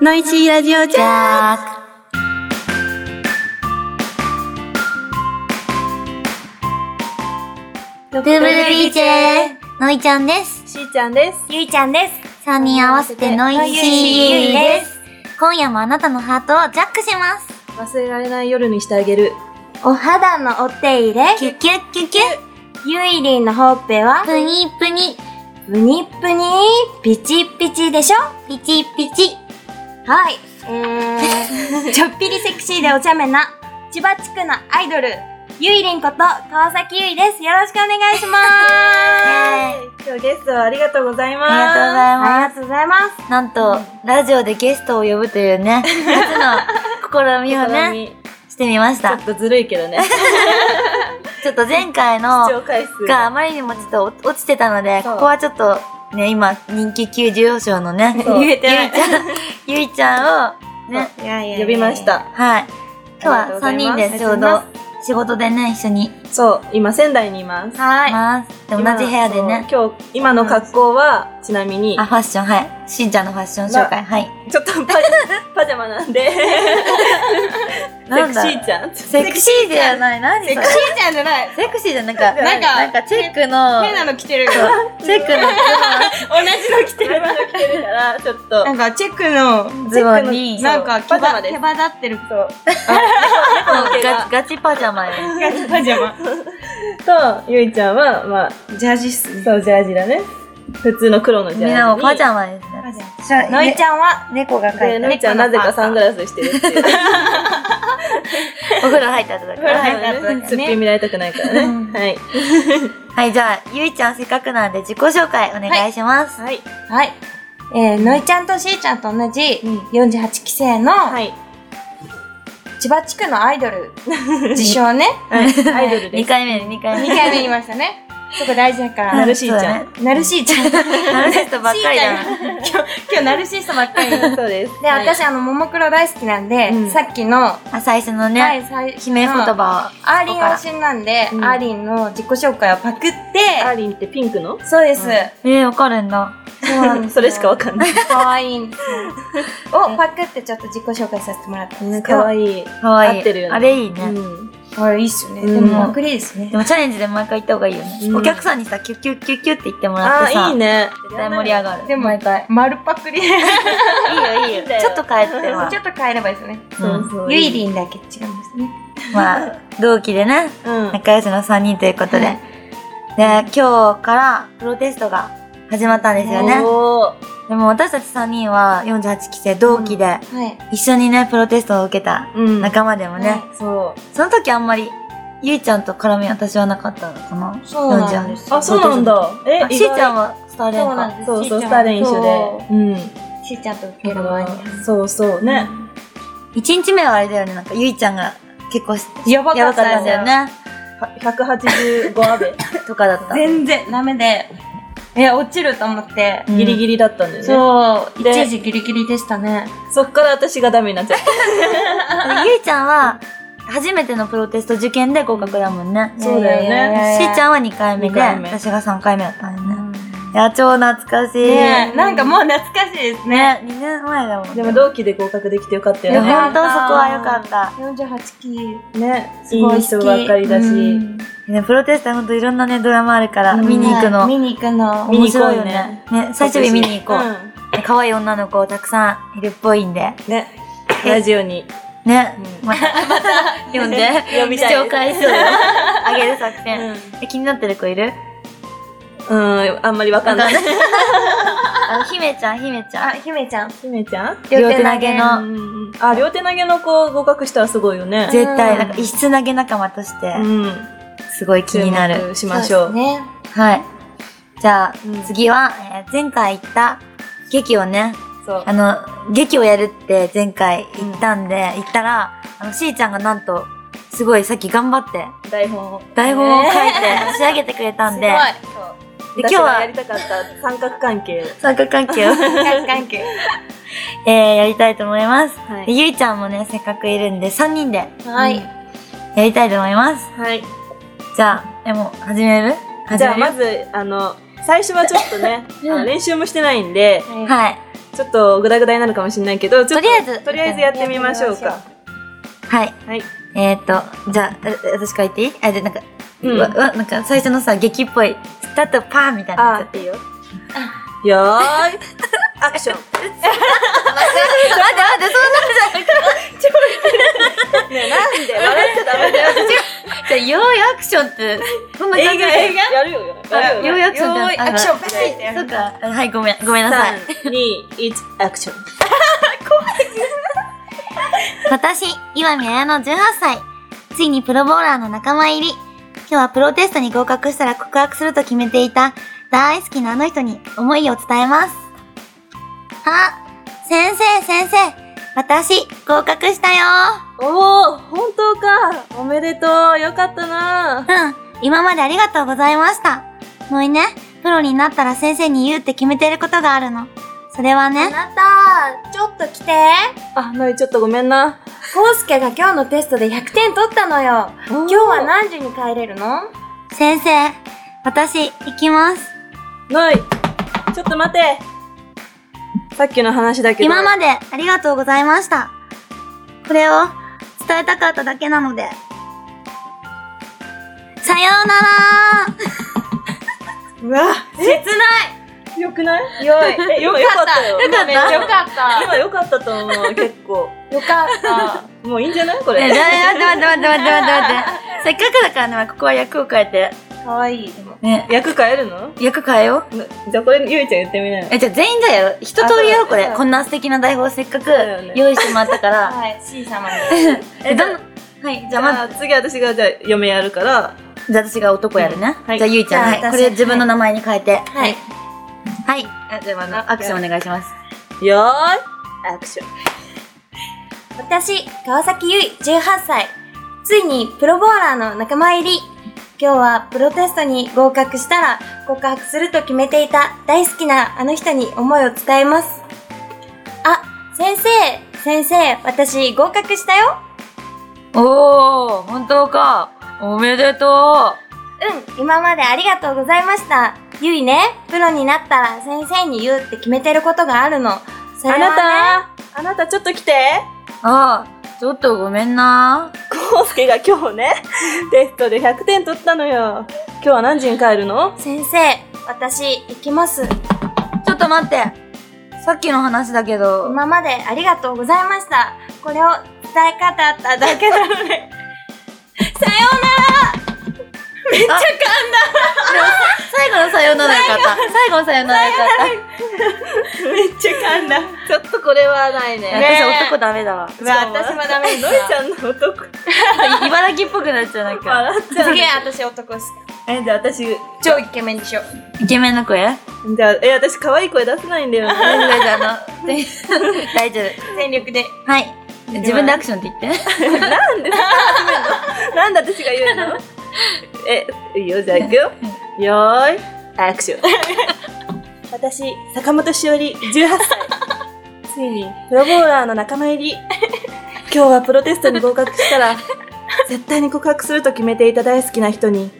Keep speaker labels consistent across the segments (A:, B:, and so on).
A: ノイシーラジオジャーク。
B: ル
A: ブルブルビーチェ
B: のいちゃんです。
A: しーちゃんです。
B: ゆいちゃんです。三人合わせてノイシ
A: ノイシ
B: ー
A: ー
B: です。今夜もあなたのハートをジャックします。
A: 忘れられない夜にしてあげる。
B: お肌のお手入れ。キュッキュッキュッキュッ。
C: ゆいりんのほっぺは、
B: プニプニ。
C: ぷにぷに、ピチピチでしょ
B: ピチピチ。
C: はい。え ー、ちょっぴりセクシーでお茶目な、千葉地区のアイドル、ゆいりんこと、川崎ゆいです。よろしくお願いしま
B: あ
A: 今日ゲストありがとうございます。
B: りがとうござい
C: す。あり
B: ま
C: がとうございます。
B: す。なんと、ラジオでゲストを呼ぶというね、初の試 みをね、してみまし
A: ちょ
B: た
A: っ。とずるいけどね。
B: ちょっと前回 の
A: 視聴回数
B: があまりにもちょっと落落ちてたので、
A: そう
B: ここはちょっとね、今人気急上昇のね、
A: そう
B: ゆいちゃん、ゆいちゃんをね、
C: いやいや
A: 呼びまし。た。
B: はい。今
A: ありがとうご
B: 日は
A: ざい
B: 3
A: ます
B: 人でちょうど仕事でね、一緒にい
A: そう、今仙台にいます。
C: はい。
B: ます。で同
A: 今
B: じ部屋でね。
A: そう今日、今の格好は、ちなみに
B: あ、、ファッション、はい。しんちゃんのファッション紹介、はい。
A: ちょっと パパジャマなんで、 セ
B: な
A: ク
B: んだ
A: シーちゃん。
B: セクシーじゃない、何それ。
C: ーちゃんじゃない。
B: セクシーじゃなん
A: な
B: か、
A: ん
C: か
B: なんかチェックの、
C: の着てる。
B: チェックの
C: 同じの着て
A: 車の着てるから、ちょっと、
C: んか、チェックの、
B: ズボンに、
A: そうパジャマです
C: 羽立ってる。
A: そう。
B: そう
A: 毛が
B: ガチガチパジャマで。
C: パジ ャマ。
A: と、ゆいちゃんは、まあ、
C: ジャージっすね。
A: そう、ジャージだね。普通の黒のジャージ
B: み
A: に。
B: んなもパジャマですね。
C: のいちゃんは、
B: 猫が
A: で、のりちゃんなぜかサングラスしてるっていう。
B: お風呂入った後だか
A: ほら
B: らね。
C: 風呂入った後だからね
A: すっぴん見られたくないからね。はい。
B: はい、じゃあ、ゆいちゃんせっかくなんで自己紹介お願いします。
A: はい。
C: はい。えー、のいちゃんとしーちゃんと同じ
A: うん
C: 48期生の
A: はい。
C: 千葉地区のアイドル、自称ね。
A: はい。アイドル
B: 二
A: です。
B: 回目、二回目。
C: 2回目言いましたね。そこ大事だか
A: ナ
C: ら。
A: ルシーちゃん。
C: ナルシーちゃん。今
B: ナルシストばっかりだな。
C: 日ナルシストば っかり。で、
A: そうです。
C: 私、あの、ももクロ大好きなんで、
A: うん
C: さっきの、
B: あ、最初の
C: はい
B: ね、
C: 最初
B: 姫言
C: の
B: 葉を。
C: アーリン推しなんで、
A: うん
C: アーリンの自己紹介をパクって、
A: アーリンってピンクの
C: そうです。
B: えー、わかるんだ。
C: そうなんですよ
A: それしかわかんない。
C: 可愛いんですよ。をパクってちょっと自己紹介させてもらったんですけど。
A: 可愛い。
B: かわいい。
A: 合ってるよね
B: あれいいうね。
A: ん。
C: あいいっすよね。
A: うん
C: でも、パクリですね
B: で。もチャレンジで毎回行った方がいいよね
A: う。ん
B: お客さんにさ、キュッキュッキュッキュッって言ってもらっ
A: あ
B: て
A: ー、
B: さ、
A: いい
B: 絶
A: ね。
B: 対盛り上がる。
C: でも
B: 毎回。
C: 丸パクリ。ち
B: いいよ、いいよ。ちょっと帰っては
C: ょ。っと変えればいいですよね。
A: そうそう。
C: ゆいりんだけ違いますね。
B: まあ、同期でね、
A: うん。
B: 仲良しの3人ということで。で、今日からプロテストが始まったんですよね。
A: おー
B: でも私たち3人は48期生同期で、
C: はい。
B: 一緒にね、プロテストを受けた
A: うん。
B: 仲間でもね、
C: は
A: そう。
B: その時あんまり、ゆいちゃんと絡み私はなかったのかな
C: そうなんですよ
A: あ、そうなんだ。え
B: あ、しーちゃんはスターレン
C: そうなんで
B: か。
C: す
A: そうそう、
C: しーちゃん
A: スター練習で
C: そ。
A: うん。
C: しーちゃんと受ける前に。
A: そうそうね。
B: 1日目はあれだよね、なんかゆいちゃんが結構し
C: やば
B: やばかったんだよね。
A: 185阿部。
B: とかだった。
C: 全然ダメで、え、落ちると思って。
B: うん
A: ギリギリだったんだよね。
C: そう、
A: で
C: 一時ギリギリでしたね。
A: そっから私がダメになっちゃった。
B: でゆいちゃんは、初めてのプロテスト受験で合格だもんね。
A: そうだよね
C: いやいやいやい
B: し
C: や
B: ーちゃんは2回目で、
A: 二回目
B: 私が3回目だったんだよね。いや、超懐かしい。
C: ね
B: ね
C: え、なんかもう懐かしいですね。
B: 2年前だもんね。
A: でも同期で合格できてよかった
B: いや、
A: よね。
B: ほんとそこは良かった。
C: 48期。
A: ね。
C: す
A: い
C: ごい好
A: い
C: き
A: 人ばっかりだし。
C: うん
B: ね、プロテストほんといろんなね、ドラマあるから、
A: うん
B: 見に行くの。
C: 見に行くの。
A: 見
B: 面
A: に行こ
B: 白
A: う
B: いよ
A: よ
B: ね
A: ね。
B: ね、最終日見に行こう。ね
A: う
B: 可愛い女の子たくさんいるっぽいんで。
A: ん。ね。ラジオに。
B: ね、
A: うん
B: また、また、読んで。
A: 読みたい
B: 視聴 回数を上げる作戦、え気になってる子いる
A: うん、あんまりわかんない。
B: あの、姫ちゃん、姫ちゃ
C: あ、
B: ん。
C: 姫ちゃん。
A: ひめちゃん
B: 両手投げ
A: う
B: の、
A: んうんうんあ、両手投げの子合格したらすごいよね。
B: 絶対、
C: うん
B: なんか、異質投げ仲間として、
A: うん。
B: すごい気にな
A: 注
B: る。
A: 目しましょ
C: そう
A: う。
C: ですね。
B: はい。じゃあ、
A: うん
B: 次は、えー前回行った劇をね、
A: そう
B: あ。の、劇をやるって前回行ったんで、行ったら、あの、しーちゃんがなんと、すごいさっき頑張って、
A: 台本を。
B: 台本を書いて仕上げてくれたんで、
C: すごい。そう。
B: で今
A: 今
B: 日
A: 日はや
B: は
A: りたかった三角関係。
B: 三角 関係を、
C: 関関係。
B: えー、やりたいと思います。
A: は
B: で。ゆいちゃんもね、せっかくいるんで、3人で
C: はい。
B: やりたいと思います。
A: はい。
B: じゃあ、え、もう、始める始める
A: じゃあまず、あの、最初はちょっとね、あの練習もしてないんで、
B: はい。
A: ちょっとグダグダになるかもしれないけど、ちょっ
B: とりあえず
A: とりあえずやってみましょう
C: やっ
A: か。
B: はい。
A: はい。
B: えー、っと、じゃあ、え私から言っていいあ、で、なんか、
A: うん
B: わ、わ、なんか最初のさ、劇っぽい、スタートパーみたいなやつ やっていいよ。
A: よーい。 アクション。
B: 待って待って、
A: ねえ、なんで笑っちゃダメだ よ。
B: そんな、じゃあ、よーいアクションって、こんな感
A: 映
B: じ
A: 画、映画やるよ。やるよ
B: よーいアクションだ
C: よーいアクションパシッてやる
B: そうか。あはい、ごめん、ごめんなさい。
A: 3、2、1、アクション。
B: 私、岩見綾乃18歳。ついにプロボーラーの仲間入り。今日はプロテストに合格したら告白すると決めていた大好きなあの人に思いを伝えます。あ、先生先生、私合格したよ。
A: おー、本当か。おめでとう。よかったな。
B: うん、今までありがとうございました。もうね、プロになったら先生に言うって決めてることがあるの。それは
C: あ
B: ね、
C: なた、ちょっと来て。
A: あ、のい、ちょっとごめんな。
C: コウスケが今日のテストで100点取ったのよ。
A: 今
C: 今日は何時に帰れるの
B: 先生、私行きます。
A: のい、ちょっと待て。さっきの話だけど。
B: 今までありがとうございました。これを伝えたかっただけなので。さようなら
A: うわ、
C: 切な
A: よくないよい。え、よ、よかったよ。
C: よか
A: 今
C: った。
A: めっちゃ
C: よかった。
A: 今よかったと思う、結構。
C: よかった。
A: もういいんじゃないこ
B: ね
A: れ。
B: え待って待って待って待って待って。せっかくだからね、ここは役を変えて。
C: かわいい。でも
B: ね。
A: 役変えるの
B: 役変えよう。
A: なじゃあこれ、ゆいちゃん言ってみなよ。
B: え、じゃあ全員だよ。一通りやろう、こ
A: あそうだ
B: れ
A: ね。
B: こんな素敵な台本をせっかく
A: そうだよね
B: 用意してもらったから。
C: はい、C 様に。
B: え、どん、はい、じ
A: じ
B: ゃあま
A: ゃあ次私がじゃあ嫁やるから。
B: ず、じゃあ私が男やるね。
A: はい
B: じゃあゆいちゃん、は
C: じゃ
B: い。こ
C: あ私
B: れ自分の名前に変えて。
C: は
B: はいい。。はい。あじゃああの、アクションお願いします。
A: よーい、アクション。
C: 私、川崎ゆい、18歳。ついにプロボーラーの仲間入り。今日はプロテストに合格したら告白すると決めていた大好きなあの人に思いを伝えます。あ、先生、先生、私合格したよ。
B: おー、本当か。おめでと
C: うん、今までありがとうございました。ゆいね、プロになったら先生に言うって決めてることがあるの。それ
A: あ
C: は、ね、
A: なた、あなたちょっと来て。
B: う。ああ、ちょっとごめんな。
A: こうすけが今日 ね、テストで100点取ったのよ。今日は何時に帰るの
C: 先生、私行きます。
B: ちょっと待って。さっきの話だけど。
C: 今までありがとうございました。これを伝え方あっただ けなので。さようならめっちゃ
B: 最後のさよならよかった。最後のさよならよかっ
A: めっちゃ噛んだ。ちょっとこれはないね
B: た。
C: ね
B: 私男ダメだわ。
A: うわ私
C: もダメ
A: のいちゃんの男。
B: 茨城っぽくなっちゃう、なんか。
A: 笑っち
C: 感
A: ゃ
C: 動
A: う
C: すげえ私男っす。
A: え、じゃあ私、じ
C: 超イケメンでしょ。
B: イケメンの声大
A: ゃあ、え、私可愛い声出せないんだよね。
B: 丈夫大丈夫あの、 で大丈夫。
C: 全力で。
B: はい。自分でアクションって言って。
A: なんで私が言うの え、いいよ、じゃあ行くよ。よーい、アクション。 私、坂本しおり、18歳。ついに、プロボーラーの仲間入り。今日はプロテストに合格したら、絶対に告白すると決めていた大好きな人に、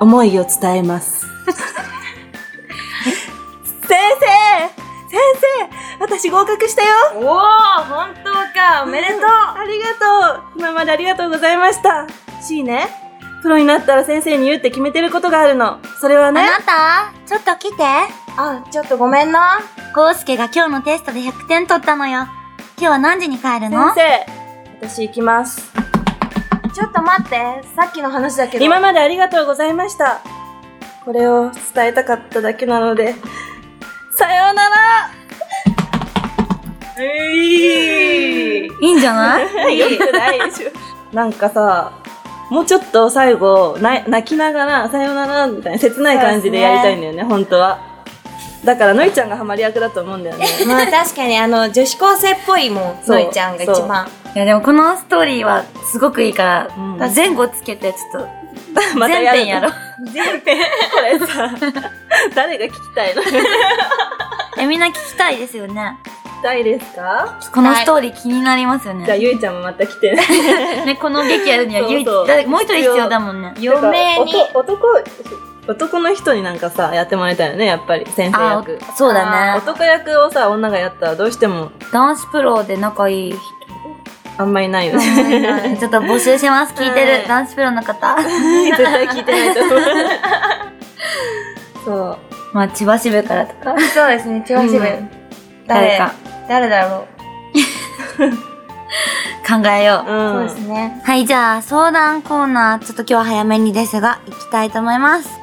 A: 思いを伝え ます。先生先生私合格したよ
C: おお本当かおめでとう
A: ありがとう今までありがとうございました C ねプロになったら先生に言うって決めてることがあるのそれはね
B: た、ちょっと来て。
C: あ、ちょっとごめんな。
B: コウスケが今日のテストで100点取ったのよ。今日は何時に帰る
A: 先生私行きます
C: ちょっと待って。さっきの話だけど。
A: 今までありがとうございましたこれを伝えたかっただけなのでさようならえい
B: いいんじゃな い
A: よくないでしょなんかさもうちょっと最後な泣きながら「さよなら」みたいな切ない感じでやりたいんだよね本当はだからのいちゃんがハマり役だと思うんだよ ね
C: まあ確かにあの、女子高生っぽいもん。
A: そ
C: の
A: う
C: いちゃんが一番。
B: いやでもこのストーリーはすごくいいから、
A: うん
B: 前後つけてちょっと
A: また
B: 前
A: やる
B: 編やろう
A: 全編これさ誰が聞きたいの聞き
B: えみんな聞きたいですよね
A: たいですか
B: このストーリー気になりますよ
A: じゃあ
B: ね
A: ゆいちゃんもまた来 てね
B: ねこの劇やるには唯一
A: そうそう
B: だもう一人必要だもんね
A: てか
C: 余命に
A: おと男男の人になんかさ、やってもらいたいよね、やっぱり、先生
D: あ
A: 役。
D: そうだね。
A: 男役をさ、女がやったらどうしても
D: ダンスプロで仲い い人。
A: あんまりない よね。
D: ちょっと募集します。聞いて
A: うん
D: る。ダンスプロの 方。
A: 絶対聞いてないと思う。そう。
D: まあ、千葉支部からとか。
C: そうですね、千葉支部。
A: うん
D: 誰
C: 誰
D: か
C: 誰だろ
D: 考えよう。
C: う。
A: う。
C: そうんですね。
B: はい、じゃあ相談コーナー、ちょっと今日は早めにですが、行きたいと思います。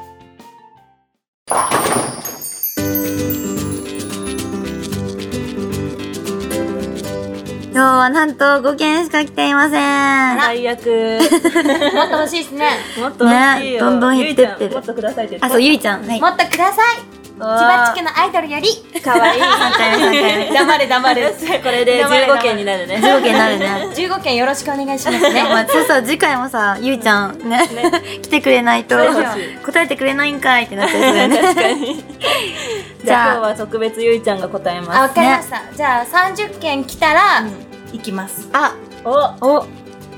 B: 今日はなんと5件しか来ていません。
A: 最悪。
C: もっと欲しいですね。
A: もっと欲しいよ。
D: ねどんどん減ってってる
A: ゆいちゃんもっとくださいって
D: あ、そう、ゆいちゃん。はい。
C: もっとください。
A: 千
C: 千葉地区のアイドルより。
A: 区。かわいい。
C: 黙れ黙れ。
A: これで15件になる ね。
D: 15件になるね。
C: 15件よろしくお願いし ます
D: ね、
C: ね。
D: まあ、そうそう、次回もさ、ゆいちゃんね、来てくれないと
A: そうそう、
D: 答えてくれないんかいってなっちゃうよ ね。
A: じゃあ
D: じゃあ
A: 今日は特別ゆいちゃんが答え
C: あ、
A: ま
C: わかりました。じゃあ30件来たら、
A: す。いきます。
D: あ、
A: お
D: お、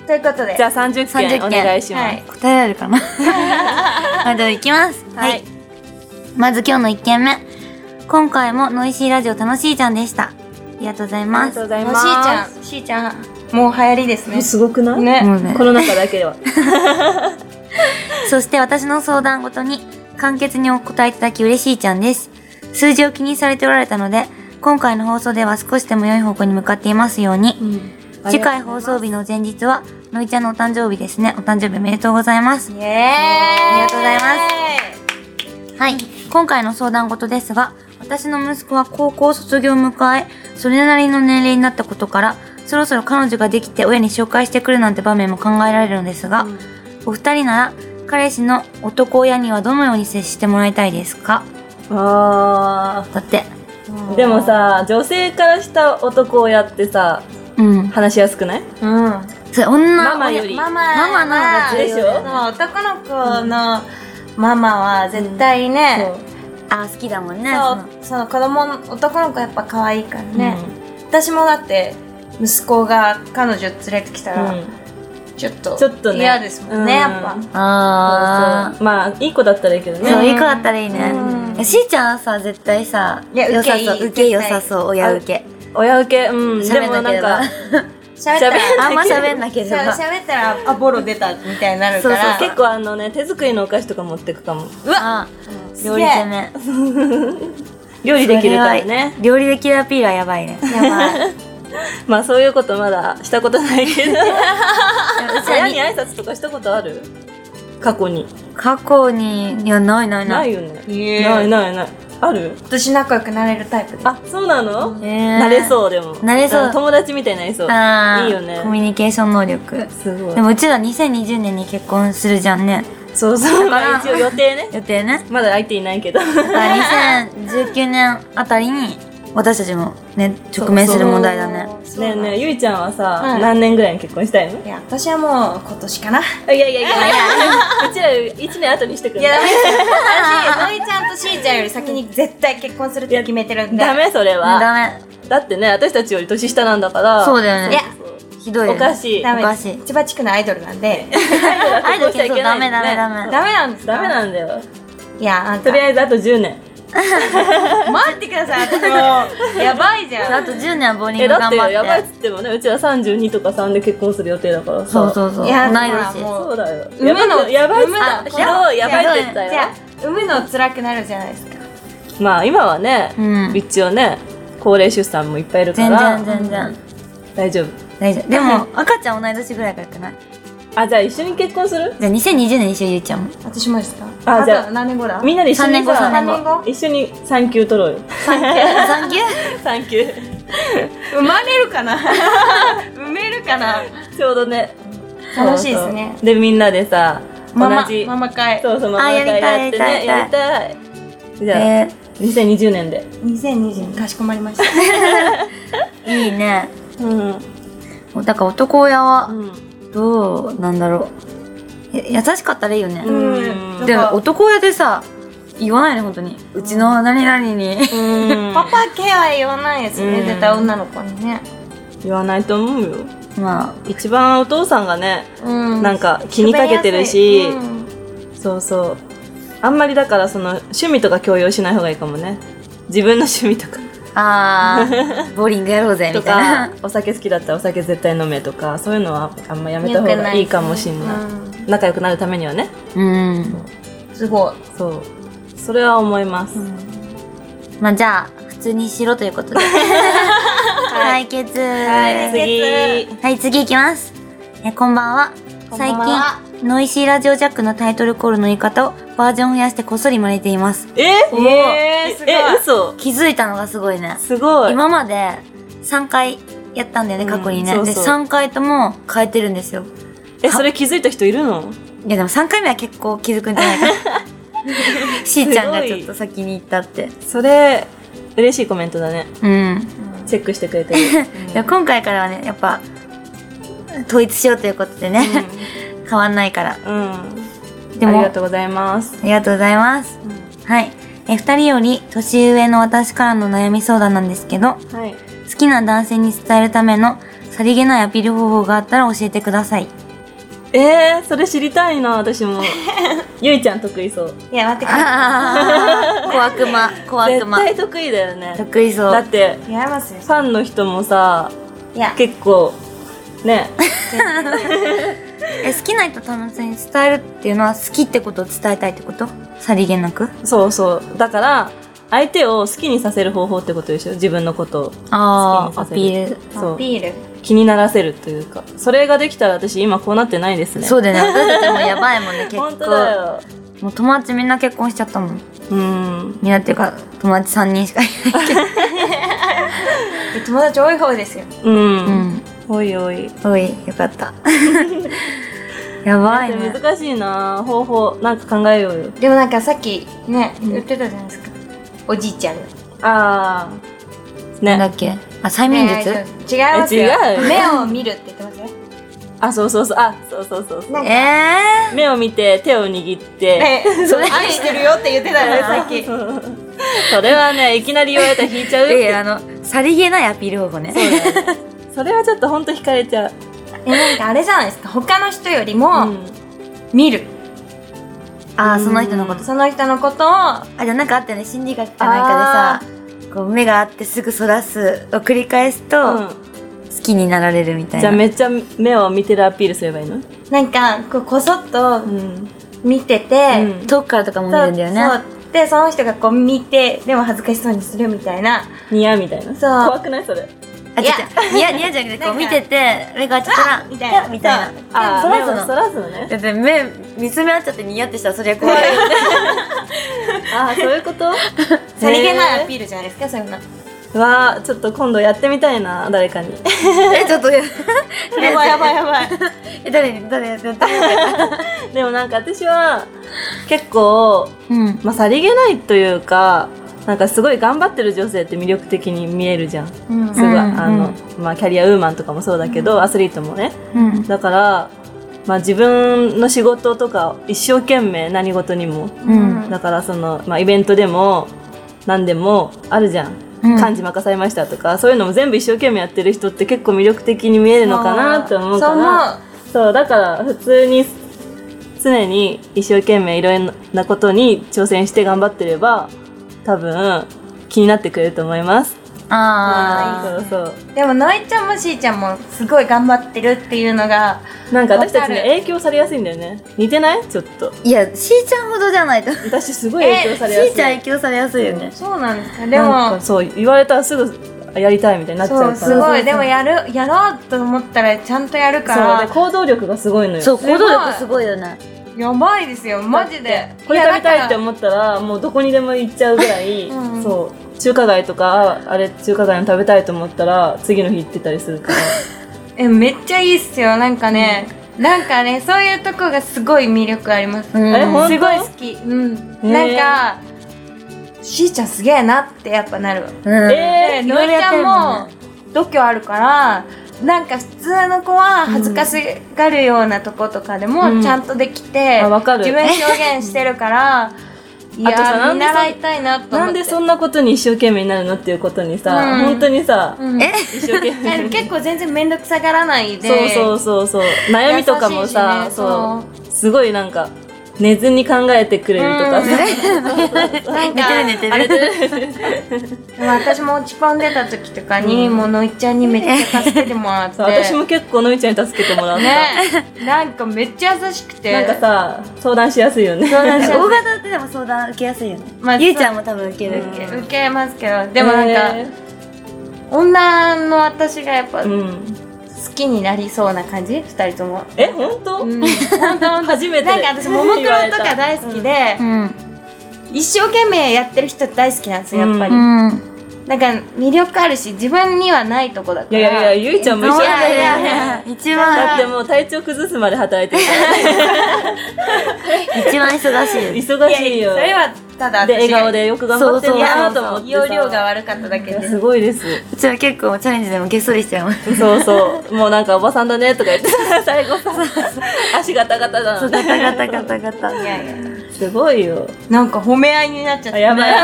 C: ということで。
A: じゃあ30
D: 30
A: 件
D: 件
A: お願いしま
C: は
A: す
C: い。。
D: 答えられる かなあ、では行きます。
A: はい。
B: まず今日の1件目。今回もノイシーラジオ楽しいじゃんでした。ありがとうござい
A: あり
B: ま
A: が
B: す
A: とう。ござい
C: もう
A: ます。
C: しーちゃん、しーちゃん、もう流行りですね。
A: すごくない
C: ね。
D: もうね
A: この中だけでは。
B: そして私の相談ごとに簡潔にお答えいただき嬉しいちゃんです。数字を気にされておられたので、今回の放送では少しでも良い方向に向かっていますように。次回放送日の前日は、のいちゃんのお誕生日ですね。お誕生日おめでとうございます。
C: イエーイあ
B: りがとうござい
C: ます。
B: はい。今回の相談事ですが、私の息子は高校卒業を迎え、それなりの年齢になったことから、そろそろ彼女ができて親に紹介してくるなんて場面も考えられるのですが、お二人なら、彼氏の男親にはどのように接してもらいたいですか
A: あ
B: だって。
A: ーでもさ、女性からした男をやってさ、
B: うん。
A: 話しやすくない
C: うん。
B: それ女
A: ママより。
C: ママ
B: ママの方が
A: 強いよね
C: そう男の子のママは絶対ね、
B: あ、好きだもんね。
C: そうその子供の男の子やっぱ可愛いからね、私もだって息子が彼女連れてきた
A: うん
C: ら、ちょっと
A: ちょっとね
C: 嫌ですもんね、
A: うん
C: やっぱ
B: そのあ
A: そうまあ、いい子だったらいいけど
B: ー。そう、
A: ね。
B: いい子だったらいいね。
C: うん
B: しーちゃんはさ、絶対さ、
C: いや
B: 良さ
C: 受け
B: そ。
C: いうい
B: 受け良さそう、親受け。
A: 親受け、うん。で
B: 喋
A: も
B: んな
A: な
B: け
A: ん
B: れば
A: か、。
C: 喋ったら
A: 喋
B: あんま喋んなければ。
C: そう喋ったらあボロ出たみたいになるか
A: そう
C: ら
A: そう、結構あのね、手作りのお菓子とか持ってくかも。
B: あ
C: すげえ
B: 料理攻め。
A: 料理できるからね
B: それ。は料理できるアピールはやばいね。
C: やばい
A: まあそういうことまだしたことないけ ど親に
B: に
A: 挨拶とかしたことある過去に
B: 過去に、いや、ないない
A: な
B: ない。
A: いよね、
C: いえ
A: ないないないある
C: 私仲良くなれるタイプです
A: あそうなの、
B: えー
A: なれそうでも
B: なれそうん
A: 友達みたいになりそう
B: あー
A: いいよね
B: コミュニケーション能力。
A: すごい
B: でもうちら2020年に結婚するじゃんね。
A: そうそう
B: から
A: まあ一応予定ね
B: 予定ね。
A: まだ空いていないけど
B: だから2019年あたりに私たちもね直面する問題だね
A: ねえねえゆいちゃんはさ、
C: うん
A: 何年ぐらいに結婚したいの
C: いや私はもう今年かな
A: あいやいやいやいやうちら一年後にしてく
C: い
A: れな
C: やダメ
A: い
C: です私のいちゃんとしーちゃんより先に絶対結婚するって決めてるんで
A: ダメそれは
B: ダメ
A: だってね私たちより年下なんだから
B: そうだよ
C: い
B: ね
C: や
B: ひどいよ
A: お
B: ね
A: かしい
C: ダメで
B: おかし
C: す
B: い
C: 千葉地区のアイドルなんで
B: アイドル
A: こうし
B: 結
A: ちゃいけない
B: 構ダメダメダ
A: ね
B: メ
C: ダメなんですか
A: ダメなんだよ
C: いやあん
A: と
C: た
A: りあえずあと10年
C: 待ってください私も うやばいじゃ
B: あ
C: ん
B: と10年はボーリ ン
A: え
B: グ
A: だ
B: 頑
A: って
B: 張って
A: やばいっつってもねうちら32とか3で結婚する予定だからさ
B: そうそうそう同
C: い
B: い
C: や
B: 年
C: ほらも
A: そうだよ
C: 産むの
A: やばいっつ
C: 産むの
A: あ
C: こ
A: ひ
C: の
A: どいやばいって言った
C: じゃ
A: よ
C: あ産むの辛くなるじゃないですか
A: まあ今はね、
B: うん
A: 一応ね高齢出産もいっぱいいるか
B: 全
A: ら
B: 然全然
A: 大丈夫
B: 大丈夫でも赤ちゃん同い年ぐらいからよくない
A: あじゃあ一緒に結婚する
B: じゃあ2020年一緒ゆうちゃんも
C: 私もですか
A: あじゃあ
C: と何年後だ
A: みんなで一緒にさ
B: 三
C: 年後三年後
A: 一緒に産休取ろうよ
B: サンキュ
A: 産休
C: 生まれるか な産めるかな
A: ちょうどね
C: 楽しいですね
A: そうそうでみんなでさ
C: ママ
A: 同じ
C: ママ会
A: そうそうママ
B: あ
A: 会
B: やりたい
A: やってねや
B: や
A: りた
B: り
A: いじ
B: ー
A: ゃあ、
B: え
A: 2020年で
C: 2020年かしこまりました
B: ーいいね
A: うん
B: だから男親は
A: うん
B: どうなんだろうえ優しかったらいいよね
A: うん
B: で
C: なんか
B: も男親でさ言わないね本当にうちの何々に
A: うん
C: パパ系は言わないです
A: う
C: ね
A: ん
C: 絶対女の子にね
A: 言わないと思うよ
B: ま
A: 一番お父さんがね
C: うん
A: なんか気にかけてるし、
C: うん
A: そうそうあんまりだからその趣味とか強要しない方がいいかもね自分の趣味とか
B: あ ー、ボーリングやろうぜ、み
A: と
B: たいな
A: か。 お酒好きだったらお酒絶対飲めとかそういうのはあんまやめた方がいいかもしれない仲良くなるためにはね
B: うん。
C: すごい。
A: そうそれは思います、
B: まあじゃあ、普通にしろとい うことで。解決。
A: はい
B: は
A: 次
B: い、次行きます。え、こんばんは。
A: こんば
B: 最
A: んは
B: 近、ノイシーラジオジャックのタイトルコールの言い方をバージョン増やしてこっそり真似ています。
A: え
B: ー
A: え
B: すごい
A: え嘘
B: 気づいたのがすごいね。
A: すごい
B: 今まで3回やったんだよね、過去にね。
A: うんそう
B: で、
A: そう
B: 3回とも変えてるんですよ。
A: えそれ気づいた人いるの
B: いやでも3回目は結構気づくんじゃな いかなしーちゃんがちょっと先に行ったって
A: それ嬉しいコメントだね
B: うん
A: チェックしてくれてる、
B: いや今回からはねやっぱ統一しようということでね、 変わんないから
A: うん、
B: で
A: あ
B: も
A: りがとうございます
B: ありがとうございます、はいえ2人より年上の私からの悩み相談なんですけど
A: はい
B: 好きな男性に伝えるためのさりげないアピール方法があったら教えてください
A: えー、それ知りたいな私 もゆいちゃん得意そう
C: いや、待ってくだ さ
B: ああ小悪魔小悪
A: 絶
B: 魔
A: 対得意だよね
B: 得意そ
A: だ
B: う
A: って
C: い。違いますよ。
A: ファンの人もさ
C: いや、
A: 結構 ね
B: え好きな人と別に伝えるっていうのは好きってことを伝えたいってことさりげなく
A: そうそうだから相手を好きにさせる方法ってことでしょ自分のことを
B: あ
A: 好きにさせ
B: あアピール
A: るそ
C: ア
A: う
C: ピール。
A: 気にならせるというかそれができたら私今こうなってないですね
B: そううだよね私たちもやばいもんね結
A: 本当だ
B: 構
A: よ
B: もう友達みんな結婚しちゃったもん
A: うん
B: みんなっていうか友達3人しかいない
C: え友達多い方ですよ。
A: うん、
B: うん
A: おいおい
B: おいよかったやばいね
A: 難しいな方法なんか考えようよ
C: でもなんかさっきね、言ってたじゃないですか。おじいちゃんの。
A: ああ
B: なんだ
A: ね
B: っけあ催眠術、
C: えー違いますよ
A: え違うよ
C: 目を見るって言ってますよ。
A: あそうそうそうあそうそうそうそう
C: なんか、
B: え
A: 目を見て手を握って
C: ね、それ愛してるよって言ってたよね、さっ き。
A: それはねいきなり言われたら引いちゃう
B: ー、
A: よ
B: であのさりげないアピール方法ね
A: そうだよねそれはちょっとほんと惹かれちゃう、
C: え、なんかあれじゃないですか。他の人より
A: う
C: も、
A: ん
C: 見る。
B: ああその人のこと
C: その人のことを、
B: あじゃあなんかあったよね心理学かなんかでさこう目があってすぐそらすを繰り返すと、
A: うん
B: 好きになられるみたいな
A: じゃあめっちゃ目を見てるアピールすればいいの
C: なんか、こう、こそっと
A: ん
C: 見てて、
A: うん
B: 遠くからとかも見るんだよね
C: そうそうでその人がこう見てでも恥ずかしそうにするみたいな
A: ニヤみたいな
C: そう
A: 怖くないそれ
B: あ
C: い
B: 違
C: や
B: う違ういやいやじゃなくてこ
C: な
B: うん
C: か
B: 見てて目が合っちゃったら
C: みたいな
B: みたいな
A: あ
B: そらす
A: 目を
B: の
A: そらすのね
B: だって目見つめ合っちゃってニヤってしたらそりゃ怖い
A: あ あそういうこと
C: さりげないアピールじゃないですかそういうの
A: わあちょっと今度やってみたいな誰かに
B: えちょっと や
C: やばいやばいやばい
B: え誰に誰誰
A: でもなんか私は結構、
B: うん
A: まあ、さりげないというかなんかすごい頑張ってる女性って魅力的に見えるじゃんす
C: うん
A: ごい、
B: うん
A: あのまあ、キャリアウーマンとかもそうだけど、アスリートもね
B: うん
A: だから、まあ、自分の仕事とか一生懸命何事にも
B: うん
A: だからその、まあ、イベントでも何でもあるじゃん、
B: うん
A: 漢字任されましたとかそういうのも全部一生懸命やってる人って結構魅力的に見えるのかなって思うからそうだから普通に常に一生懸命いろんなことに挑戦して頑張ってれば多分気になってくれると思います
B: あ
A: そうそう
C: そう思うでものいちゃんもしーちゃんもすごい頑張ってるっていうのが
A: なんか私たちに
C: わかる
A: 影響されやすいんだよね似てないちょっと
B: ーいやしーちゃんほどじゃないとし
A: 私すごい影響されやすい
B: ーちゃん影響されやすいよね
C: そうなんですかで
A: なん
C: も
A: かそう言われたらすぐやりたいみたいになっちゃうか
C: そう
A: ら
C: すごいでもやるやろうと思ったらちゃんとやるか
A: そうで
C: ら
A: 行動力がすごいのよ
B: そう
C: すご
B: 行
C: い
B: 動力すごいよね
C: やばいですよマジで
A: これ食べたいって
C: やだか
A: 思ったらもうどこにでも行っちゃうぐらい
C: うん
A: そう中華街とかああれ中華街の食べたいと思ったら次の日行ってたりするから
C: らえめっちゃいいっすよなんかねなんかねそういうとこがすごい魅力あります
B: うん
A: あれ本
C: すごい好
A: 当
C: き。うん。
A: えー
C: なんか、しーちゃんすげえなってやっぱなるわ。
B: うん
A: え
C: で、
A: ー
C: のりちゃん
B: も
C: も度胸あるから、なんか普通の子は恥ずかしがるようなとことかで
A: う
C: も
A: ん
C: ちゃんとできて、
A: あわかる
C: 自分表現してるから、い
A: あとさ
C: や
A: な
C: ー、
A: ん
C: 見
A: でそ
C: 習いたいなと思って。
A: なんでそんなことに一生懸命になるのっていうことにさ、
C: うん
A: 本当にさ、
C: うん
A: 一生懸
C: いやで
A: 命
C: も結構全然面倒くさがらないで。
A: そうそうそうそう悩みとかもさ、
C: 優しいしね
A: そうすごいなんか寝ずに考えてくれるとかさ、
C: なん
B: 寝
C: か
B: てる寝てる。
C: でも私も落ち込んでた時とかに、もうのいちゃんにめっちゃ助けてもらって
A: そう私も結構のいちゃんに助けてもらった、
C: ねなんかめっちゃ優しくて
A: なんかさ相談しやすいよね
C: そうなんですよ
B: 大型ってでも相談受けやすいよね。
C: まあ
B: ゆいちゃんも多分受ける。
A: うん
C: 受けますけどでもなんか、
A: え
C: 女の私がやっぱ
A: ー
C: 好
A: うん
C: きになりそうな感じ、二人とも、
A: え本当、
C: うん、なんか
A: 初めて
C: 私ももクロとか大好きで
E: う、ん。
C: 一生懸命やってる人大好きなんですよやっぱり、
E: うん。
C: なんか魅力あるし自分にはないとこだか
A: いや
C: ら
A: いやいやゆいちゃんも一緒
C: いやいやい
A: だよ
C: や
B: 一
A: だっ
B: 番
A: てもう体調崩すまで働いてるから
E: 一番忙しい。
A: 忙しいよ
C: それはただ
A: で
C: 私
A: 笑
C: が
A: 顔でよく頑張ってるなと思ってさ
C: 容量が悪かっただけ
A: いや
C: です
A: ごいです
B: うちは結構チャレンジでもげっそりしちゃいます。
A: そうそうもうなんかおばさんだねとか言って最後さ足ガタガタだ
B: ガタガタガタガタ。
C: いやいや
A: すごいよ
C: なんか褒め合いになっちゃっ
A: あ
C: た
A: やばい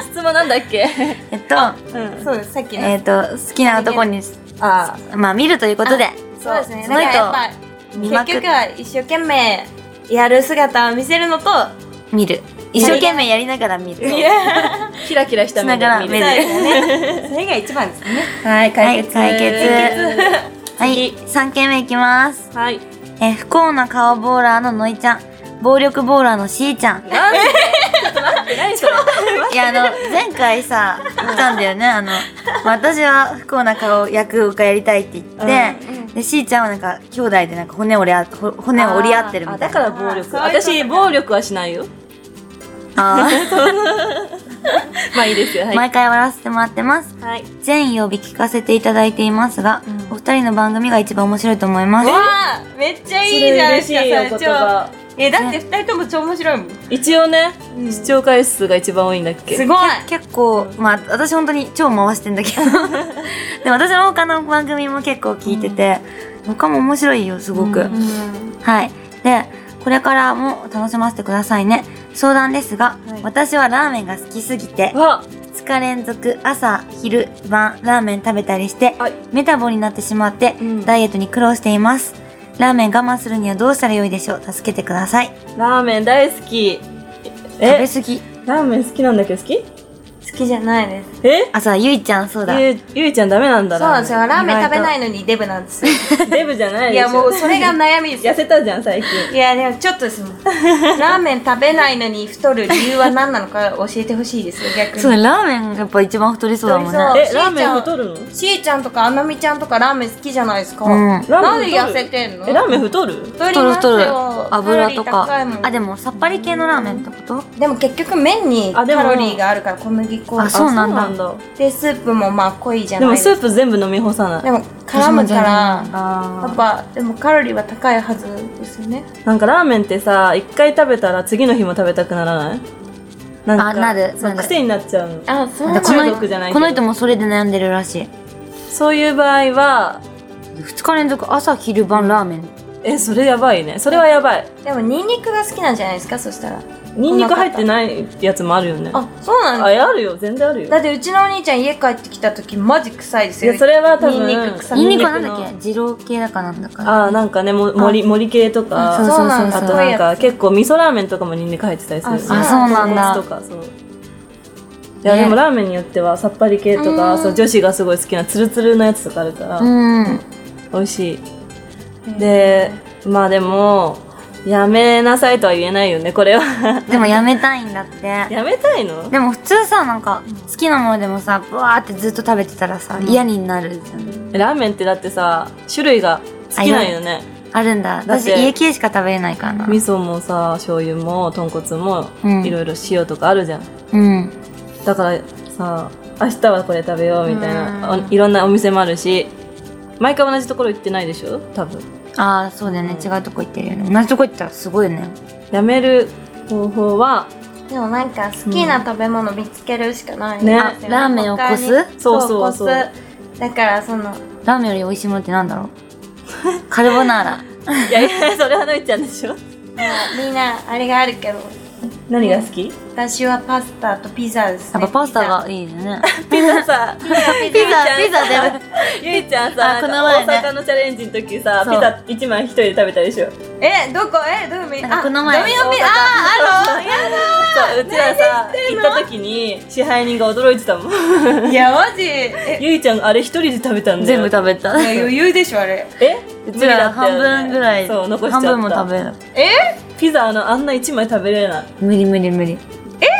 A: で質問なんだっけ
B: えっと、
A: うん
C: そうですさっきの、
B: えっと、好きな男に、
A: あ
B: まあ見るということで、
C: そうですね
B: そ
C: だ
B: の
C: か
B: 人
C: らやっぱ
B: 見まくっ
C: 結局は一生懸命やる姿を見せるのと
B: 見る。一生懸命やりながら見る。
A: キラキラした目で見
B: し
A: る
B: ながら
A: はい
B: 目
C: ねそれが一番ですね
B: はい、解決。解決。
A: 解
B: はい、3件目いきます。
A: 決はい
B: えー不幸な顔ボーラーののいちゃん暴力ボーラーのしーちゃん
A: なんでちょっと待って何それ
B: いやあの前回さ言ったんだよねあの私は不幸な顔役がやりたいって言って、でしーちゃんはなんか兄弟でなんか骨折れあほ骨を折り合ってるみたいな
A: あだから暴
C: あーそういうこ
A: 力
C: とか
A: 私暴力はしないよ
B: あー
A: まあいいですよはい
B: 毎回終わらせてもらってます
A: はい
B: 全曜日聞かせていただいていますが、お二人の番組が一番面白いと思います
C: わあめっちゃいいじゃないで
A: 嬉
C: す
A: しい
C: か
A: お言
C: 最長
A: 葉
C: えだって二人とも超面白いもん
A: 一応ね視聴回数が一番多いんだっけ
C: すごい
B: 結構まあ私本当に超回してんだけ どでも私も他の番組も結構聞いてて、他も面白いよすごく、
A: うん
B: はい。で、これからも楽しませてくださいね。相談ですが、
A: はい
B: 私はラーメンが好きすぎて、
A: わ
B: 2日連続朝、昼、晩、ラーメン食べたりして、
A: はい
B: メタボになってしまって、
A: うん
B: ダイエットに苦労しています。ラーメン我慢するにはどうしたらよいでしょう助けてください。
A: ラーメン大好き
B: 食べ
A: え
B: 過ぎ。
A: ラーメン好きなんだけど好き
C: 好きじゃないです
A: え
B: あ、そうだ、ゆいちゃんそうだ。
A: ゆいゆいちゃんダメなんだ
C: そうなんですよ
A: ラ
C: ラーメン食べないのにデブなんですよ
A: ーメンデブじゃない
C: い
A: でしょ
C: やもうそれが悩みです よ
A: 痩せたじゃん最近
C: いやでもちょっとですもんラーメン食べないのに太る理由は何なのか教えてほしいですよ逆に
B: そうだ、ラーメンがやっぱ一番太りそうだもんね。
C: 太り
A: えラーメン太るの
C: しーちゃんとかあなみちゃんとかラーメン好きじゃないですか、
B: うん
C: なん
A: ラーメン
C: で
A: 太
C: 痩
A: る
C: せてんの
A: えラーメン太る
C: 太
B: 太
C: り
B: る
C: ます
B: 太
C: よ
B: る。油と
C: カロリー高いも
B: か。
C: ん
B: あ、でもさっぱり系のラーメンってこと
C: でも結局麺にカ
A: あでも
C: ロリーがあるから小麦粉
B: あそうなんだ
A: あそう
C: でスープもまあ濃いじゃ
A: で
C: な
A: も
C: いです
A: ス
C: か
A: ープ全部飲み干さない
C: でも絡むからや
A: あ
C: っぱでもカロリーは高いはずですよね
A: ーなんかラーメンってさ一回食べたら次の日も食べたくならないなんか
B: あなる
A: そう
B: なる
A: 癖になっちゃうの
C: あそう
B: だってこの
A: 中毒じゃないけど
B: この人もそれで悩んでるらしい。
A: そういう場合は
B: 2日連続朝昼晩ラーメン
A: えそれやばいねそれはやばい
C: でもニンニクが好きなんじゃないですかそしたら
A: ニンニク入ってないやつもあるよね
C: あそうなん
A: あ
C: だ
A: あるよ全然あるよ
C: だってうちのお兄ちゃん家帰ってきた時マジ臭いです
A: い
C: よ
A: やそれは多分
C: ニンニク臭い
B: ニンニクはなん
A: ニンニ
B: だっ
A: ク
B: け二郎系だかなんだか
A: あーなんかねも森森系とか
B: そう
C: そうなん
A: あ
C: だ
A: となんか結構味噌ラーメンとかもニンニク入ってたりするよね
B: あそうなんだ
A: お餅とかそういや、でもラーメンによってはさっぱり系とか、そう女子がすごい好きなツルツルのやつとかあるから、
B: うん
A: 美味しい、でまあでもやめなさいとは言えないよねこれは
B: でもやめたいんだって
A: やめたいの
B: でも普通さなんか好きなものでもさブワーってずっと食べてたらさ嫌になるじゃん
A: ラーメンってだってさ種類が好きなんよね
B: あるんだ
A: だっ
B: 私
A: て
B: 家系しか食べれないからな
A: 味噌もさ醤油も豚骨も
B: うん
A: いろいろ塩とかあるじゃん
B: うん
A: だからさ明日はこれ食べようみたいなおいろんなお店もあるし毎回同じところ行ってないでしょ多分
B: ああそうだよね違うとこ行ってるよね同じとこ行ったらすごいよね
A: やめる方法 は
C: でもなんか好きな食べ物見つけるしかないです
A: ね
C: よ
A: あ
B: ラーメンを
C: 他に
B: 越す
A: そうそうそう
C: 越すだからその
B: ラーメンより美味しいものってなんだろう カルボナーラ
A: いやいやそれはのいちゃんでしょ
C: みんなあれがあるけど
A: 何が好き
C: 食私はパスタとピザです、
B: や
C: ね。
B: っぱパスタがいいね。
A: ピザ さ、
B: ピザ、ピザでも。
A: ゆいちゃんさ、
B: あ
A: こ
B: こ
A: の
B: の前ね
A: 大阪のチャレンジの時さ、ピ
B: そう
A: ザ一枚一人で食べたでしょ。
C: ピザ。え、どこえ、どこ
B: なんかこの前
C: ドミノピザ。あ、あ
A: そう、うちらさ、行った時に支配人が驚いてたもん。
C: るのいや、マジ。え、
A: ゆいちゃん、あれ一人で食べたんだよ。
B: 全部食べた。う
C: 余裕でしょ、あれ。
A: え
B: ちら半分ぐらい、
A: そう、残しちゃっ
B: 半
A: た。
B: 分も食べる。
A: ピザあの、あんな一枚食べれない。
B: 無理無理無理。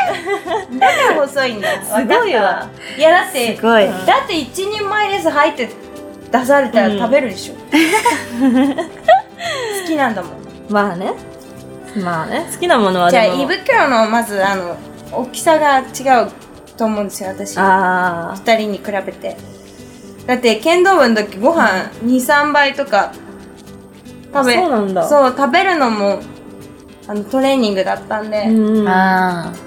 C: だから細いんだ。す
A: ごいわ。
C: いや、だって、
B: すごい。
C: だって一人前です入って出された
A: うん
C: ら食べる でしょ。好きなんだもん。
A: まあね。まあね。好きなものは
C: じ
A: で
C: ゃあ
A: も。
C: 胃袋のまずあの大きさが違うと思うんですよ私2
A: ああ。
C: 人に比べてだって剣道部の時ご飯23倍とか食べ
A: あそうなんだ
C: そう食べるのもあのトレーニングだったんで、
A: うん。あ
B: あ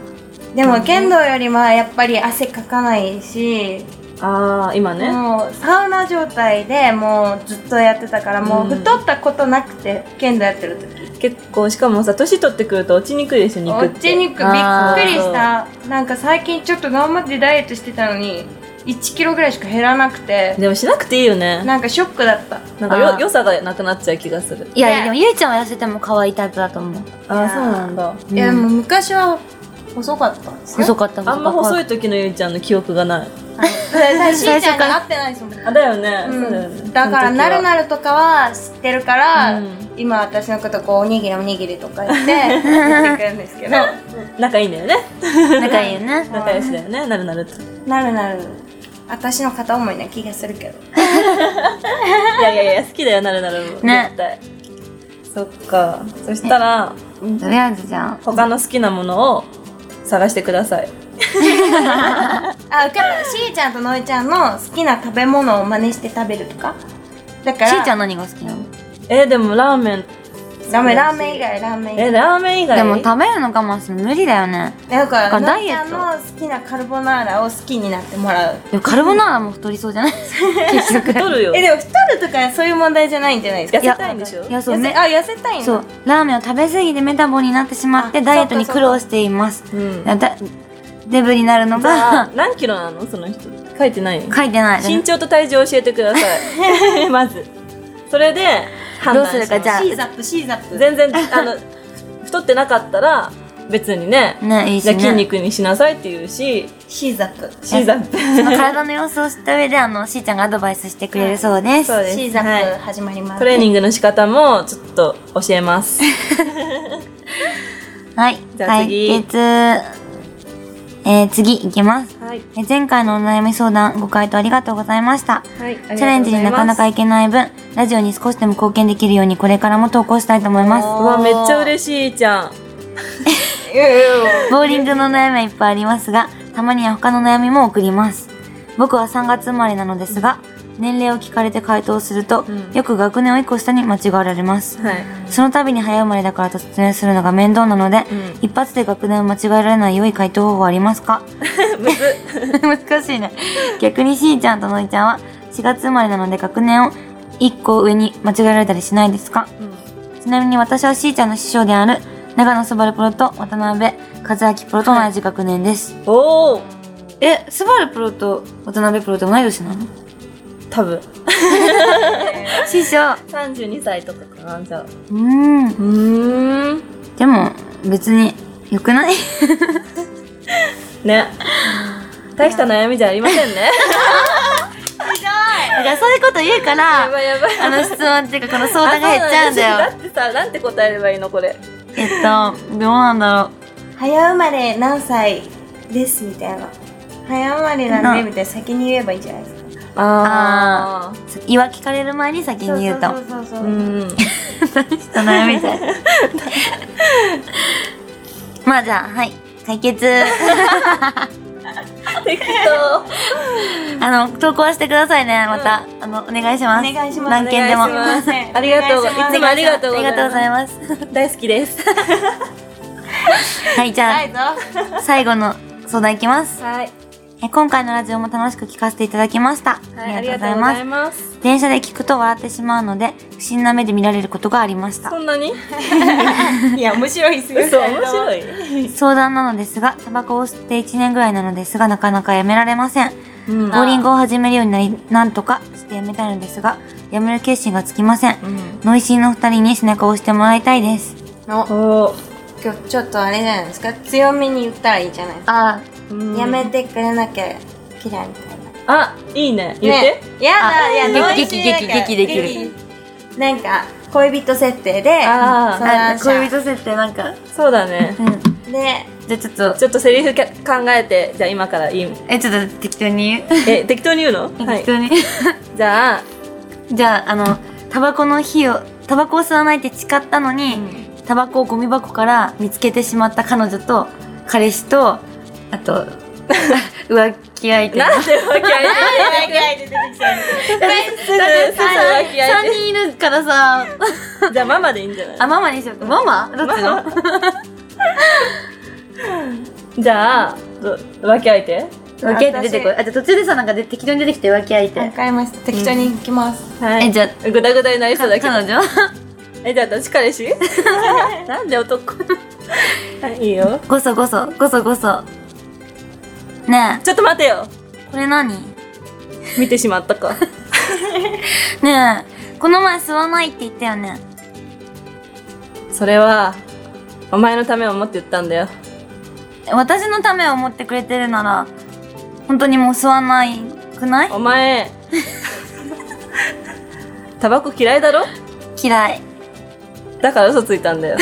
C: でも剣道よりはやっぱり汗かかないし、
A: あー、今ね。
C: もうサウナ状態でもうずっとやってたからもう太ったことなくて、剣道やってる時
A: 結構、しかもさ、年取ってくると落ちにくいでしょ、肉
C: お
A: っ。
C: ってち肉びっく
B: あー
C: りしたなんか最近ちょっと頑張ってダイエットしてたのに1キロぐらいしか減らなくて
A: でもしなくていいよね。
C: なんかショックだった
A: なんかよ
B: あー
A: 良さがなくなっちゃう気がする。
B: あ。いや、でもゆいちゃんは痩せても可愛いタイプだと思う。
A: ああ、そうなんだ。
C: いやでも昔は細かったんですよ
B: 細かったも
A: あんま細
B: い。
A: い時のゆいちゃんの記憶がない。
C: あの最初しーち
B: 最
C: ゃんに
B: 初から
C: 合ってないですもん
A: あ、だよね。
C: う
A: そ
C: ん
A: うだよね。
C: だからなるな
A: る。
C: るとかは知ってるから、
A: うん
C: 今私のことこうおにぎりおにぎりとか言って言ってくるんですけど
A: 仲いいんだよね。
B: 仲いいよね。
A: 仲良しだよね。なるなると。い
C: なるなる私の片思いな気がするけど
A: やいやいや、好きだよ、なるなるも。
B: ね
A: 絶対。そっか。そしたら、
B: とりあえずじゃん。
A: 他の好きなものを探してください。
C: あ、受かった。しーちゃんとのいちゃんの好きな食べ物を真似して食べるとか。だから、
B: しーちゃん何が好きなの
A: えー、でもラーメン。
C: ダメ、ラーメン以外、ラーメン以
A: え、
C: 外。
A: ラーメン以外
B: でも食べるの我慢するの無理だよね。
C: だか、
B: だからら
C: の
B: ダ
C: い
B: イ
C: ち
B: エ
C: ゃ
B: ッ
C: ん
B: ト
C: の好きなカルボナーラを好きになってもらう。
B: でもカルボナーラも太りそう じゃない結局。
A: 太るよ。
C: え、でも太るとかそういう問題じゃないんじゃないですか
A: 痩せたいんでしょ
B: いや、そう
C: 痩せ
B: ね。
C: あ、痩せたいの
B: そう。ラーメンを食べ過ぎてメタボになってしまって
C: あ
B: ダイエットに苦労しています。
A: うん。
B: だデブになるの
A: じゃあ
B: が
A: 何キロなのその人。書いてないよ。
B: 書いてない。
A: 身長と体重を教えてください。 まず。それで、判
B: どう
A: 断
B: する
A: しま
B: か
A: す
B: じゃあ
C: C ザップ、C ザップ。
A: 全然、あの、太ってなかったら、別にね、
B: ね、いい
A: じゃ
B: し
A: あ
B: ね。
A: 筋肉にしなさいって言うし、
C: C ザップ。
A: シーザップ。
B: その体の様子を知った上で、あの、しーちゃんがアドバイスしてくれるそうです。
A: そうです。
C: C ザ
A: はい
C: ップ始まります。
A: トレーニングの仕方も、ちょっと教えます。
B: はい。
A: じゃあ次
B: 解決。えー、次いきます。
A: はい。
B: えー前回のお悩み相談、ご回答ありがとうございました。
A: はい。チ
B: チャレンジになかなか
A: 行
B: いけない分、ラジオに少しでも貢献できるようにこれからも投稿したいと思います。
A: うわ、めっちゃ嬉しい、じゃん。
C: いやいやいや
B: ボーリングの悩みはいっぱいありますが、たまには他の悩みも送ります。僕は3月生まれなのですが、年齢を聞かれて回答すると、
A: うん
B: よく学年を1個下に間違われます。
A: はい。
B: その度に早生まれだからと説明するのが面倒なので、
A: うん
B: 一発で学年を間違えられない良い回答方法はありますか 難しいね。逆にしーちゃんとのいちゃんは4月生まれなので学年を1個上に間違えられたりしないですかちなみに私はしーちゃんの師匠である長野すばるプロと渡辺和明プロと同じ学年です。
A: おー、
B: え、すばるプロと渡辺プロって同い年なの
A: 多分。
B: 師匠。
A: 32歳とかかな、じゃあ。
B: うーん。
A: うーん。
B: でも別に良くない
A: ね。大した悩みじゃありません ね。
B: だからそういうこと言うか
A: や
B: ら、
A: ばいやばい。
B: あの質問っていうかこの相談が減っちゃうんだ
A: あ
B: よ。
A: そうなんですだってさ、なんて答えればいいの、これ。
B: えっと、どうなんだろ
C: 早生まれ何歳ですみたいな。早生まれなんでみたいな先に言えばいいんじゃないですか。
A: あ。
B: あう。言わ聞かれる前に先に言うと。
C: そうそうそうそう
A: う。ん。
B: ちょっと悩みたい。まあじゃあ、はい。解決。
A: 適当。
B: あの、投稿してくださいね。また、あの、お願いします。
C: お願いします
B: 何件でも。
A: お願いし
C: すいません
A: ありがとう。い
C: お願いします
A: つもありがとう
B: あ
A: ご
B: り
A: ざ
B: が
A: いま
B: とうございます。
A: す。大好きです。
B: はい、じゃ
C: はい、どう
B: あ、最後の相談いきます。
A: はい。
B: ええ今回のラジオも楽しく聞かせていただきました。
A: はい、
B: あ
A: あり
B: り
A: がとう
B: がとうござい
A: ご
B: ま
A: ざ
B: す
A: い。ます。
B: 電車で聞くと笑ってしまうので、不審な目で見られることがありました
A: そ。んなに
C: いや、面白いですよ。
A: 嘘、面白い。
B: 相談なのですが、タバコを吸って1年ぐらいなのですが、なかなかやめられません。
A: うん
B: ボーリングを始めるようになり、なんとかしてやめたいのですが、やめる決心がつきません。ノイシーの二人に背中を押してもらいたいです。
C: の、
A: お
C: 今日ちょっとあれじゃないですか。強めに言ったらいいじゃないですか。
B: あ
A: うん
C: やめてくれなきゃ嫌いみたいな。
A: あ、いいね。言っ
C: ね
A: て。、
C: やだ、
B: あ
C: いや、
B: 激
C: どうしよう
B: 激激激できる
C: 激なんか、恋人設定で、
A: あー
C: 相談者
B: 人設定なんか。
A: そうだね
B: う。ん。
C: で、
B: じゃあちょっと、
A: ちょっとセリフか考えて、じゃあ今から言う。
B: え、ちょっと適当に言う。
A: え、適当に言うのはい
B: 適。 当に。
A: じゃあ、
B: じゃあ、あの、タバコの火を、タバコを吸わないって誓ったのに、タバコをゴミ箱から見つけてしまった彼女と、彼氏と、あ と、浮気相手の。
A: なんで浮気相手なんで浮気相
B: 3人いるからさ、
A: 手 じゃあママでいいんじゃない
B: あ、ママにしようか。ママどっちの
A: じゃあ、ど浮気相手
B: 浮気相手出てこい。あ、じゃあ途中でさ、なんかで適当に出てきて浮気相
C: わ
B: 手。
C: かりました。適当に行きます。
A: は
B: え、じゃあ、
A: ぐだぐだになりそうだけど
B: 彼。女
A: え、じゃあ私彼 氏なんで男 いいよ。
B: ごそごそ、ごそごそ。ね
A: ちょっと待てよ。
B: え、これ何
A: 見てしまったか。
B: ねえ、この前吸わないって言ったよね。
A: それは、お前のためを思って言ったんだよ。
B: 私のためを思ってくれてるなら、本当にもう吸わないくない
A: お 前、タバコ嫌いだろ
B: 嫌い。
A: だから嘘ついたんだ よ。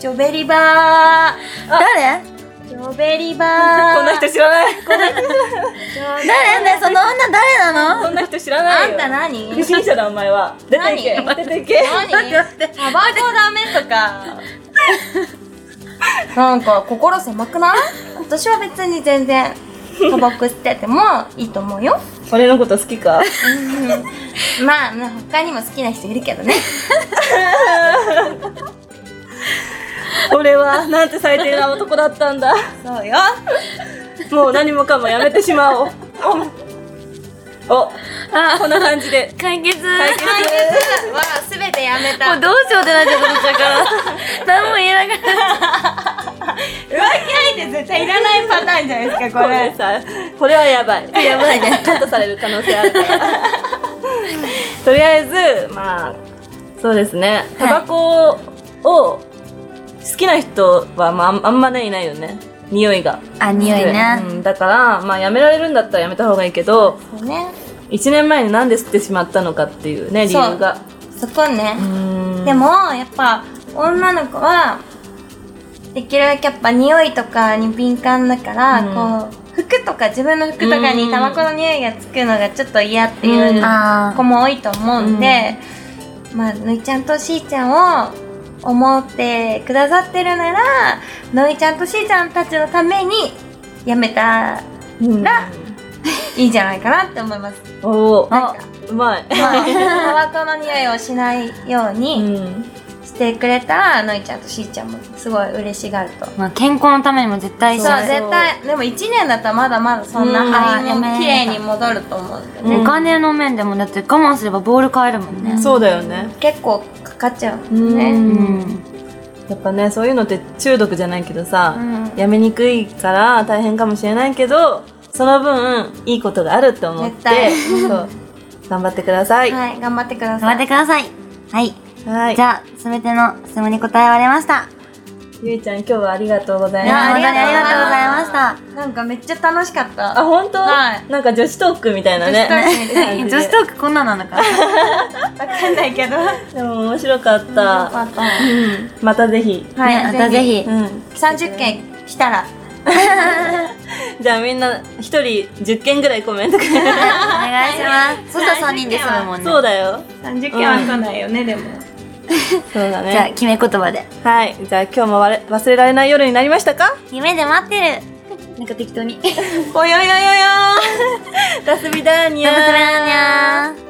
C: ジョベリバー
B: 誰
C: ジョベリバ ー
A: こんな人知らない。
B: 誰なんだよその女誰な
A: こ
B: の
A: んな人知らな
C: あ
A: い
C: ん
A: よ。
C: た 何
A: 不審者だお前は。出ていけ。
C: 何
A: 出てい け。
C: 何タバコダメとか。 なんか心狭くない私は別に全然タバコ吸っててもいいと思う よ。
A: 俺のこと好きか
C: まあ、まあ他にも好きな人いるけど ね。
A: 俺はなんて最低な男だったんだ。
C: そうよ。
A: もう何もかもやめてしまおう。お、あこんな感じで。
B: 解決
A: 解決
C: わあ、すべてやめ
B: も
C: た。
B: うどうしようってなっちゃったから何も言えなかっ
C: 浮気相手絶対いらないパターンじゃないですか、
A: こ
C: こ
A: れ
C: れ。
A: さ、これはやばい。やばいね。 カットされる可能性ある から。とりあえず、まあ、そうですね。タバコを、好きな人は、まああん、あんまね、いないよね。匂いが。
B: たあ匂いね、
A: うん、だから、まあ、やめられるんだったらやめた方がいいけど、
C: ね。
A: 1年前になんで吸ってしまったのかっていうね、理由が。
C: そこね。
A: うーん
C: で、も、やっぱ、女の子は、できるだけやっぱ匂いとかに敏感だから、
A: うん
C: こう、服とか自分の服とか
A: う
C: に
A: ん
C: タバコの匂いがつくのがちょっと嫌っていう
A: うん
B: あ
C: 子も多いと思うんで、まあ、ぬいちゃんとしーちゃんを思ってくださってるなら、ぬいちゃんとしーちゃんたちのためにやめたら
A: うん、
C: いいんじゃないかなって思います。
A: おお、
C: なんか、
A: うまい。
C: まあ、タバコの匂いをしないよう に、
A: うん。
C: してくれたらのいちゃんとしーちゃんもすごい嬉しがるとそう
B: まあ、健康のためにも絶対
C: 絶
B: そう
C: 対でも1年だったらまだまだそんな
A: うん
C: 肺
B: あーや
C: も
B: めれない
C: 綺麗に戻ると思うんで、ね
A: う
B: お
A: ん
B: 金の面でもだって我慢すればボール買えるもんね
A: そうだよね。
C: 結構かかっちゃう
A: うん。
C: だね
B: うんん
A: やっぱね、そういうのって中毒じゃないけどさ、
C: うん
A: やめにくいから大変かもしれないけど、その分、いいことがあるって思っ
C: 絶
A: て、
C: 対
A: そう頑張ってください。は
C: はい頑張ってくだ
B: 頑張
C: さ
B: っ
C: い
B: てくださいはい
A: い。
B: じゃあすべての質問に答えられました
A: ゆいちゃん、今日はありがとうござい
B: いや
A: ま
B: あ
A: す。
B: りがとう
C: ありがとう
B: ご
C: ご
B: ざ
C: ざ
B: い
C: い
B: まし
C: ましたなんかめっちゃ楽しかった
A: あ、本当、
C: はい
A: なんか女子トークみたいなね。
C: 女子トークみた
A: いな
B: 女子トークこんなんなのか
C: わかんない けどよ
A: でも面白かった。
C: かったは
A: うんまたぜひ。
C: い、
B: ねまたぜひ
A: うん。
C: 30件来たら
A: じゃあみんな、一人10件ぐらいコメントくれる。
B: お願いしますそしたら3人で済むもんね
A: そうだよ。
C: 30
A: 件は来
C: ないよね、でも
A: そうだね。
B: じゃあ決め言葉で
A: はい。じゃあ今日もわれ忘れられない夜になりました か
B: 夢で待ってるなん か適当に
A: およよよよダスビダーニャー
B: ダブスラーニャー